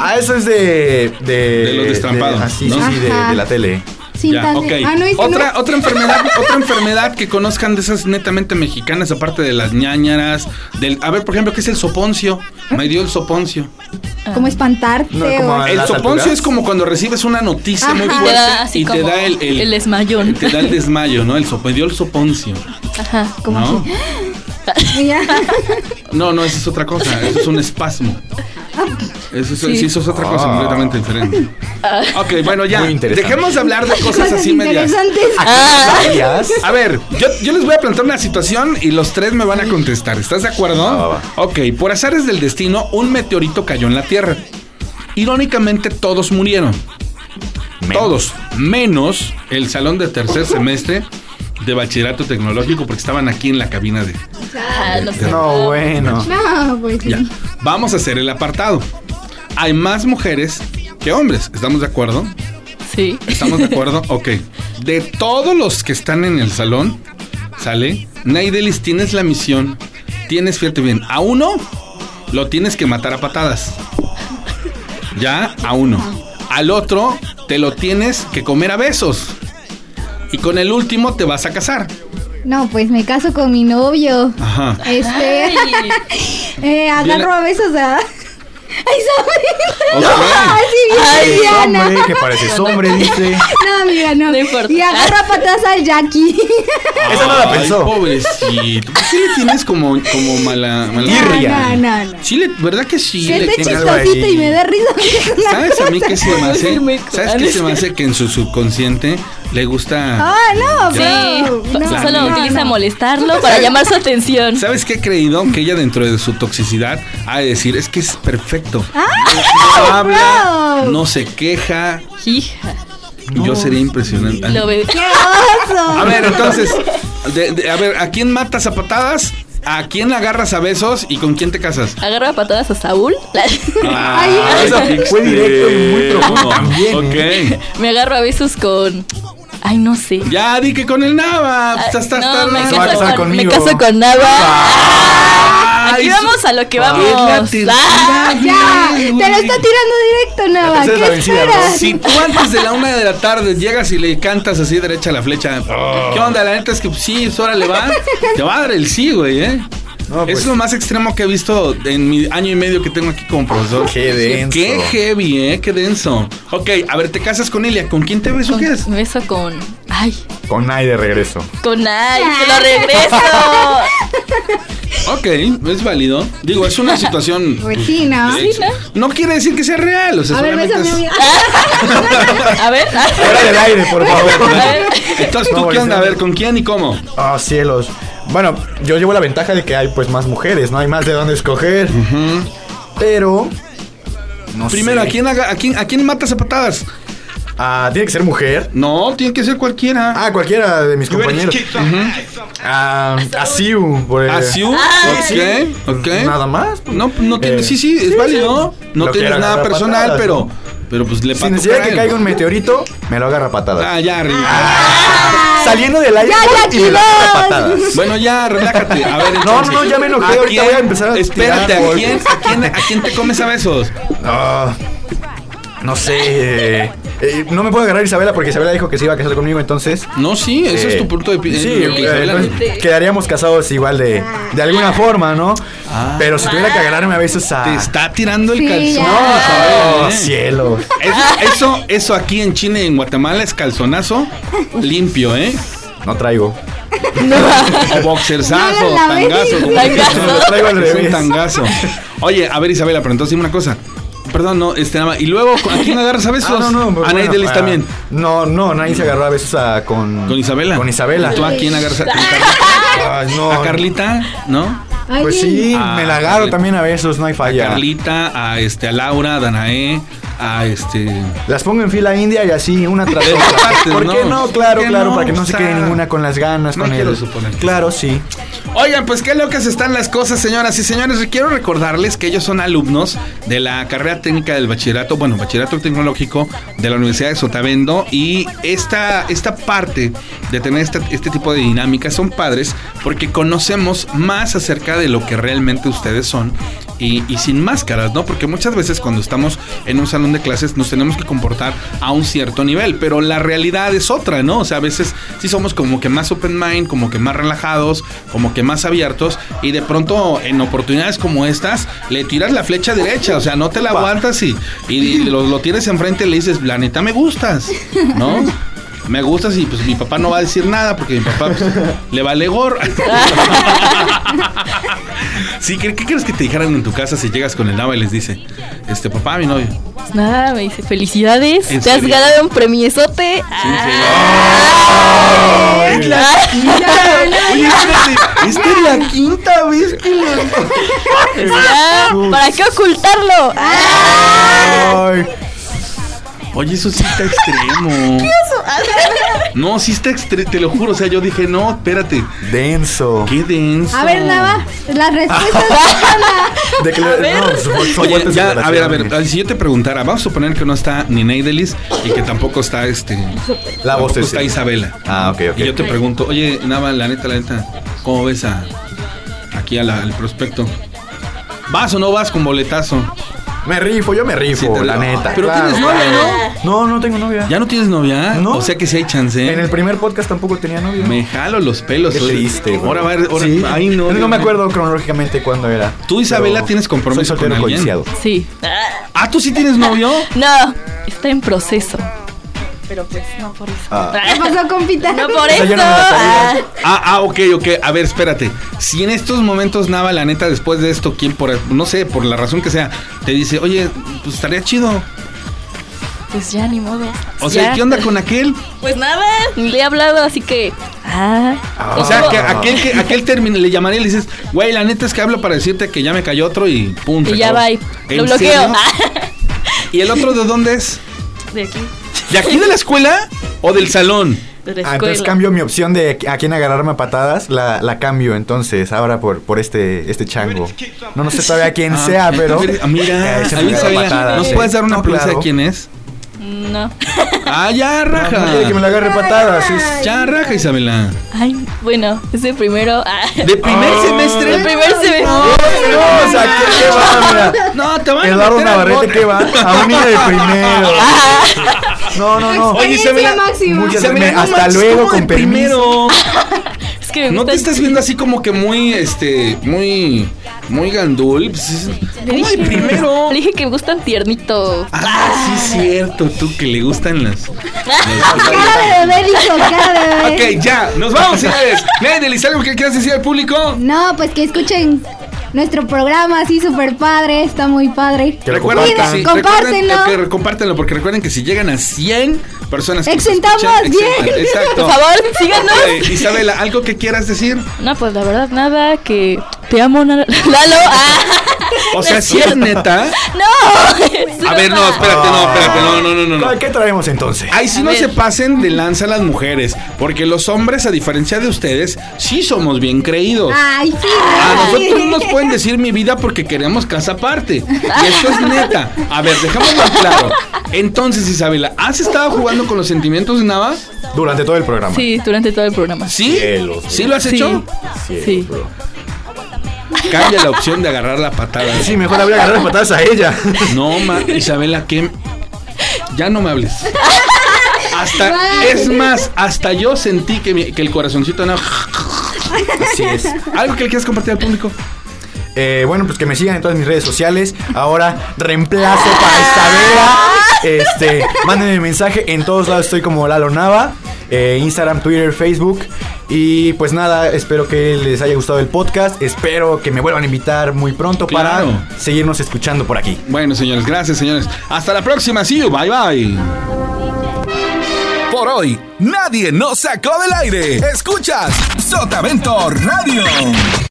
Speaker 6: Ah, eso es de. De,
Speaker 4: De los destrampados,
Speaker 6: de- ah, sí,
Speaker 4: ¿no?
Speaker 6: sí, sí, de,
Speaker 5: Ajá.
Speaker 6: de la tele.
Speaker 4: Ya,
Speaker 5: Cintas de-
Speaker 4: ok.
Speaker 5: Ah, no, es que
Speaker 4: otra,
Speaker 5: no.
Speaker 4: otra enfermedad, otra enfermedad que conozcan de esas netamente mexicanas, aparte de las ñañaras, del, a ver, por ejemplo, ¿qué es el soponcio? Me dio el soponcio.
Speaker 5: Como espantarte
Speaker 6: No, como
Speaker 5: o-
Speaker 6: ¿A
Speaker 4: El
Speaker 6: las
Speaker 4: soponcio
Speaker 6: alturas?
Speaker 4: es como cuando recibes una noticia muy
Speaker 5: Ajá.
Speaker 7: Y te
Speaker 4: fuerte
Speaker 7: da así
Speaker 4: y te
Speaker 7: como
Speaker 4: da el, el-
Speaker 7: el desmayón.
Speaker 4: Te da el desmayo, ¿no? El sop- me dio el soponcio.
Speaker 7: Ajá.
Speaker 5: como
Speaker 4: ¿no?
Speaker 5: así. Mira.
Speaker 4: No, no, eso es otra cosa. Eso es un espasmo. Eso es, sí, eso es otra cosa
Speaker 6: Ah.
Speaker 4: completamente diferente. Ok, bueno, ya.
Speaker 6: Muy interesante.
Speaker 4: Dejemos de hablar de cosas
Speaker 5: Cosas
Speaker 4: así medias.
Speaker 5: interesantes.
Speaker 7: Ah,
Speaker 6: Varias.
Speaker 4: A ver, yo, yo les voy a plantear una situación y los tres me van a contestar. ¿Estás de acuerdo?
Speaker 6: va, va.
Speaker 4: Ok, por azares del destino, un meteorito cayó en la Tierra. Irónicamente, todos murieron.
Speaker 6: Men.
Speaker 4: Todos, menos el salón de tercer semestre de bachillerato tecnológico, porque estaban aquí en la cabina de.
Speaker 7: ah, no sé.
Speaker 6: No, bueno.
Speaker 5: No, pues sí.
Speaker 4: Ya. Vamos a hacer el apartado. Hay más mujeres que hombres. ¿Estamos de acuerdo?
Speaker 7: Sí.
Speaker 4: ¿Estamos de acuerdo? Ok. De todos los que están en el salón, ¿sale? Naidelis, tienes la misión. Tienes, fíjate bien, a uno lo tienes que matar a patadas. Ya, a uno. Al otro te lo tienes que comer a besos. Y con el último te vas a casar.
Speaker 5: No, pues me caso con mi novio.
Speaker 4: Ajá.
Speaker 5: Este.
Speaker 7: Ay.
Speaker 5: eh, agarro a besos a. Ay,
Speaker 4: Ok.
Speaker 5: Isabel. Ay, sí, bien
Speaker 6: Ay,
Speaker 5: lesbiana.
Speaker 6: hombre, que pareces hombre, dice.
Speaker 5: No, amiga, no.
Speaker 7: No importa.
Speaker 5: Y agarro a patadas al Jackie.
Speaker 6: Esa no la pensó.
Speaker 4: Ay, pobrecito. Sí le tienes como, como mala... mala-
Speaker 6: Irria.
Speaker 5: No, no, no.
Speaker 4: Sí, le- ¿verdad que sí?
Speaker 5: Que
Speaker 4: le
Speaker 5: esté
Speaker 6: tiene algo ahí.
Speaker 5: chistosito y me da risa.
Speaker 4: ¿Sabes a mí qué se me hace?
Speaker 7: Sí, me-
Speaker 4: ¿Sabes qué se me hace? Que en su subconsciente le gusta...
Speaker 5: Ah, no,
Speaker 7: Sí,
Speaker 5: pero. no,
Speaker 7: so- solo
Speaker 5: no,
Speaker 7: utiliza
Speaker 5: no.
Speaker 7: molestarlo para llamar su atención.
Speaker 4: ¿Sabes qué he creído? Que ella dentro de su toxicidad ha de decir, es que es perfecto. No habla,
Speaker 5: no.
Speaker 4: no se queja.
Speaker 7: Hija,
Speaker 4: Yo sería impresionante.
Speaker 7: lo ve.
Speaker 5: ¡Qué oso!
Speaker 4: A ver, entonces, de- de- a ver, ¿a quién matas a patadas? ¿A quién agarras a besos? ¿Y con quién te casas?
Speaker 7: Agarra a patadas a Saúl.
Speaker 4: Ah,
Speaker 5: Ay,
Speaker 4: eso
Speaker 6: Fue directo y muy profundo
Speaker 4: también.
Speaker 6: también. ¿eh?
Speaker 4: Ok.
Speaker 7: Me agarro a besos con. Ay, no sé.
Speaker 4: Ya di que con el Nava.
Speaker 7: Ah,
Speaker 4: Pues hasta, hasta
Speaker 7: no, me
Speaker 4: la-
Speaker 6: Se va a
Speaker 7: caso
Speaker 6: casar
Speaker 7: con, me
Speaker 6: conmigo.
Speaker 7: caso con Nava.
Speaker 4: Ay,
Speaker 7: Aquí
Speaker 4: su-
Speaker 7: vamos a lo que vamos.
Speaker 4: Es la tercera
Speaker 7: Ah,
Speaker 5: Ya,
Speaker 4: vez,
Speaker 5: te lo está
Speaker 4: güey.
Speaker 5: tirando directo,
Speaker 6: tercera
Speaker 5: Nava.
Speaker 6: es la
Speaker 5: ¿Qué
Speaker 6: vencida,
Speaker 5: esperas?
Speaker 4: Si tú antes de la una de la tarde llegas y le cantas así derecha a la flecha,
Speaker 6: Oh.
Speaker 4: ¿qué onda? La neta es que pues, sí, ahora le va. Te va a dar el sí, güey, ¿eh?
Speaker 6: No, pues.
Speaker 4: Es lo más extremo que he visto en mi año y medio que tengo aquí como profesor.
Speaker 6: Qué denso.
Speaker 4: Qué heavy, ¿eh? Qué denso. Ok, a ver, te casas con Elia. ¿Con quién te ves o
Speaker 7: con-
Speaker 4: qué es?
Speaker 7: Me beso con. Ay,
Speaker 6: Con nadie de regreso.
Speaker 7: con ay, te lo regreso.
Speaker 4: Ok, es válido. Digo, es una situación...
Speaker 5: Pues sí, ¿no?
Speaker 4: de hecho. No quiere decir que sea real, o sea,
Speaker 5: A ver,
Speaker 4: solamente
Speaker 5: bésame,
Speaker 4: es-
Speaker 5: amiga.
Speaker 7: A ver. ah.
Speaker 6: Fuera del aire, por
Speaker 7: A
Speaker 6: favor.
Speaker 7: ver.
Speaker 4: Entonces, ¿tú
Speaker 6: No,
Speaker 4: qué onda? A
Speaker 6: Valentina.
Speaker 4: ver, ¿con quién y cómo?
Speaker 6: Ah, cielos. Bueno, yo llevo la ventaja de que hay pues más mujeres, no hay más de dónde escoger. Pero no
Speaker 4: Primero,
Speaker 6: sé.
Speaker 4: ¿a quién, haga- a, quién, ¿a quién matas a patadas?
Speaker 6: Ah, tiene que ser mujer.
Speaker 4: No, tiene que ser cualquiera.
Speaker 6: Ah, cualquiera de mis
Speaker 3: You ready to
Speaker 6: compañeros.
Speaker 3: kick some ass?
Speaker 6: Ah, a Siu, por el-
Speaker 4: Asiu, ok, ¿Eh? ok.
Speaker 6: Nada más.
Speaker 4: No, no tiene,
Speaker 6: Eh,
Speaker 4: sí, sí, es válido. No
Speaker 6: Lo que
Speaker 4: tienes
Speaker 6: era
Speaker 4: nada
Speaker 6: agarrar
Speaker 4: personal,
Speaker 6: patadas,
Speaker 4: pero,
Speaker 6: ¿no?
Speaker 4: pero pues le
Speaker 6: Sin
Speaker 4: pato
Speaker 6: necesidad de
Speaker 4: para
Speaker 6: que
Speaker 4: él.
Speaker 6: caiga un meteorito, me lo agarra a patadas.
Speaker 4: Ah, ya, re-
Speaker 6: Saliendo del aire
Speaker 5: ya,
Speaker 6: y me lo agarra a
Speaker 5: chivas.
Speaker 6: patadas.
Speaker 4: Bueno, ya, relájate. A ver,
Speaker 6: No,
Speaker 4: entonces,
Speaker 6: no, ya me enojé, ahorita
Speaker 4: quién-
Speaker 6: voy a empezar a
Speaker 4: Espérate,
Speaker 6: tirar
Speaker 4: ¿a quién,
Speaker 6: golpes?
Speaker 4: a, quién, ¿a quién te comes a besos?
Speaker 6: Ah, no sé. eh, eh, no me puedo agarrar a Isabela porque Isabela dijo que se iba a casar conmigo, entonces.
Speaker 4: No, sí, ese
Speaker 6: Eh,
Speaker 4: es tu punto de vista.
Speaker 6: Sí, eh, entonces quedaríamos casados igual de, de alguna forma, ¿no? Pero si tuviera que agarrarme a veces a.
Speaker 4: Ah. Te está tirando el
Speaker 5: Sí,
Speaker 4: calzón.
Speaker 5: ya.
Speaker 4: Isabel,
Speaker 6: ¡Oh,
Speaker 4: ¿eh?
Speaker 6: cielo!
Speaker 4: Eso, eso, eso aquí en China y en Guatemala es calzonazo limpio, ¿eh?
Speaker 6: No traigo.
Speaker 4: O boxerzazo,
Speaker 5: No la lavé.
Speaker 4: tangazo. como
Speaker 7: Tangazo.
Speaker 4: quieras.
Speaker 6: Lo traigo al
Speaker 4: Es un
Speaker 6: revés.
Speaker 4: tangazo. Oye, a ver, Isabela, pero entonces dime una cosa. Perdón, no, este nada más. ¿Y luego a quién agarras a besos?
Speaker 6: Ah,
Speaker 4: a
Speaker 6: bueno,
Speaker 4: Naidelis
Speaker 6: ah,
Speaker 4: también.
Speaker 6: No, no, nadie se agarró a veces a, con.
Speaker 4: ¿Con Isabela?
Speaker 6: Con Isabela. Oh.
Speaker 4: ¿Tú a quién agarras a, con Carlita?
Speaker 6: Ay, no.
Speaker 4: ¿A Carlita? ¿No?
Speaker 5: Ay,
Speaker 6: Pues sí,
Speaker 4: Ah,
Speaker 6: me la agarro
Speaker 4: Carlita.
Speaker 6: también a besos, no hay
Speaker 4: A
Speaker 6: falla.
Speaker 4: Carlita, a este, a Laura, a Danae, a este.
Speaker 6: Las pongo en fila india y así, una tras
Speaker 4: De
Speaker 6: otra.
Speaker 4: partes,
Speaker 6: ¿Por qué
Speaker 4: ¿no?
Speaker 6: no? Claro,
Speaker 4: ¿Por qué
Speaker 6: claro,
Speaker 4: no?
Speaker 6: para que no se
Speaker 4: O
Speaker 6: quede
Speaker 4: sea,
Speaker 6: ninguna con las ganas,
Speaker 4: no
Speaker 6: con
Speaker 4: quiero
Speaker 6: el.
Speaker 4: suponer.
Speaker 6: Claro, sí.
Speaker 4: Oigan, pues qué locas están las cosas, señoras y señores. Quiero recordarles que ellos son alumnos de la carrera técnica del bachillerato, bueno, bachillerato tecnológico de la Universidad de Sotavento. Y esta, esta parte de tener esta- este tipo de dinámicas son padres porque conocemos más acerca de lo que realmente ustedes son y, y sin máscaras, ¿no? Porque muchas veces cuando estamos en un salón de clases nos tenemos que comportar a un cierto nivel, pero la realidad es otra, ¿no? O sea, a veces sí somos como que más open mind, como que más relajados, como que más abiertos y de pronto en oportunidades como estas le tiras la flecha derecha, o sea, no te la aguantas y, y lo, lo tienes enfrente y le dices, la neta me gustas, ¿no? Me gustas y pues mi papá no va a decir nada porque mi papá pues, le vale gorro. Sí, ¿qué, qué crees que te dijeran en tu casa si llegas con el nava y les dice, este papá, mi novio?
Speaker 7: Pues nada, me dice, felicidades.
Speaker 4: ¿En
Speaker 7: Te has
Speaker 4: serio?
Speaker 7: ganado un premiesote. Ah. Ay.
Speaker 4: Oye, espérate, esta es la quinta vez que
Speaker 7: Ah, ¿Para qué ocultarlo?
Speaker 6: Ay,
Speaker 4: Oye, eso sí está extremo. No, sí está extremo, te lo juro. O sea, yo dije, no, espérate,
Speaker 6: denso.
Speaker 4: qué denso.
Speaker 5: A ver, Nava, las respuestas.
Speaker 6: De que le- no, pues, su- su-
Speaker 4: Oye,
Speaker 6: fuertes
Speaker 4: ya, a ver, a ver,
Speaker 6: declaraciones.
Speaker 4: si yo te preguntara, vamos a suponer que no está ni Neidelis y que tampoco está este.
Speaker 6: La voz
Speaker 4: tampoco
Speaker 6: es.
Speaker 4: está Isabela.
Speaker 6: Ah, ok, ok.
Speaker 4: Y yo te pregunto, oye, Nava, la neta, la neta, ¿cómo ves a, aquí a la- al prospecto? ¿Vas o no vas con boletazo?
Speaker 6: Me rifo, yo me
Speaker 4: Sí,
Speaker 6: rifo,
Speaker 4: te-
Speaker 6: la neta.
Speaker 4: Pero
Speaker 6: Claro,
Speaker 4: tienes novia,
Speaker 6: claro.
Speaker 4: ¿no?
Speaker 6: No, no tengo novia.
Speaker 4: ¿Ya no tienes novia? ¿eh?
Speaker 6: No.
Speaker 4: O sea que sí hay chance. ¿eh?
Speaker 6: En el primer podcast tampoco tenía novia.
Speaker 4: Me jalo los pelos.
Speaker 6: Qué triste, güey.
Speaker 4: Ahora va a haber- ahora-
Speaker 6: Sí.
Speaker 4: Ay, no.
Speaker 6: no
Speaker 4: Dios
Speaker 6: me
Speaker 4: mío.
Speaker 6: acuerdo cronológicamente cuándo era.
Speaker 4: Tú, Isabela,
Speaker 6: Pero
Speaker 4: tienes compromiso
Speaker 6: Soy soltero
Speaker 4: con alguien.
Speaker 6: codiciado.
Speaker 7: Sí. Ah,
Speaker 4: Ah, ¿tú sí tienes novio?
Speaker 7: No, está en proceso. Pero pues no por eso.
Speaker 6: Ah.
Speaker 5: ¿Qué pasó, compita?
Speaker 7: No por
Speaker 6: Esa
Speaker 7: eso.
Speaker 6: yo no me la sabía.
Speaker 7: ah.
Speaker 4: Ah, ah, ok, ok. A ver, espérate. Si en estos momentos, Nava, la neta, después de esto, quien por, no sé, por la razón que sea, te dice, oye, pues estaría chido.
Speaker 7: Pues ya, ni modo.
Speaker 4: O sea,
Speaker 7: Ya.
Speaker 4: ¿qué onda con aquel?
Speaker 7: Pues nada, ni le he hablado, así que. Ah.
Speaker 6: Ah.
Speaker 4: O sea,
Speaker 7: Estuvo-
Speaker 4: que aquel que aquel termine, le llamaría y le dices, güey, la neta es que hablo para decirte que ya me cayó otro y punto.
Speaker 7: Y ya va y
Speaker 4: ¿En
Speaker 7: lo bloqueo. Ah.
Speaker 4: serio? ¿Y el otro de dónde es?
Speaker 7: De aquí.
Speaker 4: ¿De aquí de la escuela o del salón?
Speaker 7: De la
Speaker 6: Ah,
Speaker 7: escuela.
Speaker 6: entonces cambio mi opción de a quién agarrarme a patadas, la, la cambio entonces ahora por, por este, este chango. No, no sé todavía quién
Speaker 4: Ah,
Speaker 6: sea, pero...
Speaker 4: a ver, ah, Mira,
Speaker 6: Eh, se me
Speaker 4: ahí
Speaker 6: agarra
Speaker 4: sabía.
Speaker 6: patadas,
Speaker 4: ¿Nos
Speaker 6: sí.
Speaker 4: puedes dar una
Speaker 6: No,
Speaker 4: pulsa
Speaker 6: claro.
Speaker 4: de quién es?
Speaker 7: No.
Speaker 4: Ah, ya,
Speaker 6: No,
Speaker 4: raja.
Speaker 6: no quiere que me la agarre a patadas. sí.
Speaker 4: Ya, raja, Isabela.
Speaker 7: Ay, bueno, es el primero. Ah.
Speaker 4: ¿De primer
Speaker 6: Ah.
Speaker 4: semestre?
Speaker 7: El primer semestre.
Speaker 6: No, o sea, ¿qué, qué va, mira?
Speaker 4: No, te van a
Speaker 6: Eduardo
Speaker 4: meter al
Speaker 6: Navarrete,
Speaker 4: bote.
Speaker 6: ¿qué va? A un niño de primero. No, no, no.
Speaker 5: Oye, Isabela, máxima.
Speaker 6: muchas-
Speaker 4: Isabela,
Speaker 6: me-
Speaker 4: no
Speaker 6: hasta
Speaker 4: manches,
Speaker 6: luego,
Speaker 4: ¿cómo de
Speaker 6: con permiso.
Speaker 4: primero?
Speaker 7: Es que me
Speaker 4: No
Speaker 7: gusta
Speaker 4: te estás viendo así como que muy, este, muy, muy gandul. Pues,
Speaker 7: Le
Speaker 4: ¿Cómo de
Speaker 7: dije-
Speaker 4: primero?
Speaker 7: Le dije que me gustan tiernito.
Speaker 4: Ah, sí, es cierto, tú que le gustan las.
Speaker 5: Cara de bebé, dijo, cara de bebé.
Speaker 4: Ok, ya, nos vamos, señores. Nene, ¿algo que quieras decir al público?
Speaker 5: No, pues que escuchen nuestro programa, así súper padre, está muy padre.
Speaker 6: Que lo
Speaker 4: Recuerden que
Speaker 5: compartan.
Speaker 4: sí,
Speaker 5: Compártenlo.
Speaker 4: recuerden que compártanlo, porque recuerden que si llegan a 100 personas. que nos
Speaker 5: Exentamos
Speaker 4: escuchan,
Speaker 5: bien.
Speaker 4: exentan, Exacto.
Speaker 7: Por favor, síganos.
Speaker 4: Eh, Isabela, ¿algo que quieras decir?
Speaker 7: No, pues la verdad, nada, que te amo, Nalo. Lalo. Ah.
Speaker 4: O sea, si es neta.
Speaker 7: No.
Speaker 4: A ver, no, espérate, no, espérate, no, no, no, no. no.
Speaker 6: Ah. ¿Qué traemos entonces?
Speaker 4: Ay, si
Speaker 7: A
Speaker 4: no
Speaker 7: ver.
Speaker 4: se pasen de lanza las mujeres, porque los hombres, a diferencia de ustedes, sí somos bien creídos.
Speaker 5: Ay, sí.
Speaker 4: A
Speaker 5: ay.
Speaker 4: Ah, nosotros no nos pueden decir mi vida porque queremos casa aparte. Y eso es neta. A ver, dejémoslo claro. Entonces, Isabela, ¿has estado jugando con los sentimientos de Nava?
Speaker 6: Durante todo el programa.
Speaker 7: Sí, durante todo el programa.
Speaker 4: ¿Sí?
Speaker 6: Cielos,
Speaker 4: ¿Sí lo has hecho?
Speaker 7: Sí. sí.
Speaker 6: bro.
Speaker 4: Cambia la opción de agarrar la patada.
Speaker 6: Sí, mejor la voy a agarrar a patadas a ella.
Speaker 4: No, ma, Isabela, ¿qué? Ya no me hables. Hasta, es más, hasta yo sentí que, mi- que el corazoncito no.
Speaker 6: Así es.
Speaker 4: Algo que le quieras compartir al público.
Speaker 6: Eh, bueno, pues que me sigan en todas mis redes sociales. Ahora reemplazo para Isabela. Este, mándenme mensaje. En todos lados estoy como Lalo Nava. Eh, Instagram, Twitter, Facebook. Y pues nada, espero que les haya gustado el podcast. Espero que me vuelvan a invitar muy pronto
Speaker 4: Claro.
Speaker 6: para seguirnos escuchando por aquí.
Speaker 4: Bueno, señores, gracias, señores. Hasta la próxima. See you. Bye, bye.
Speaker 2: Por hoy, nadie nos sacó del aire. Escuchas Sotavento Radio.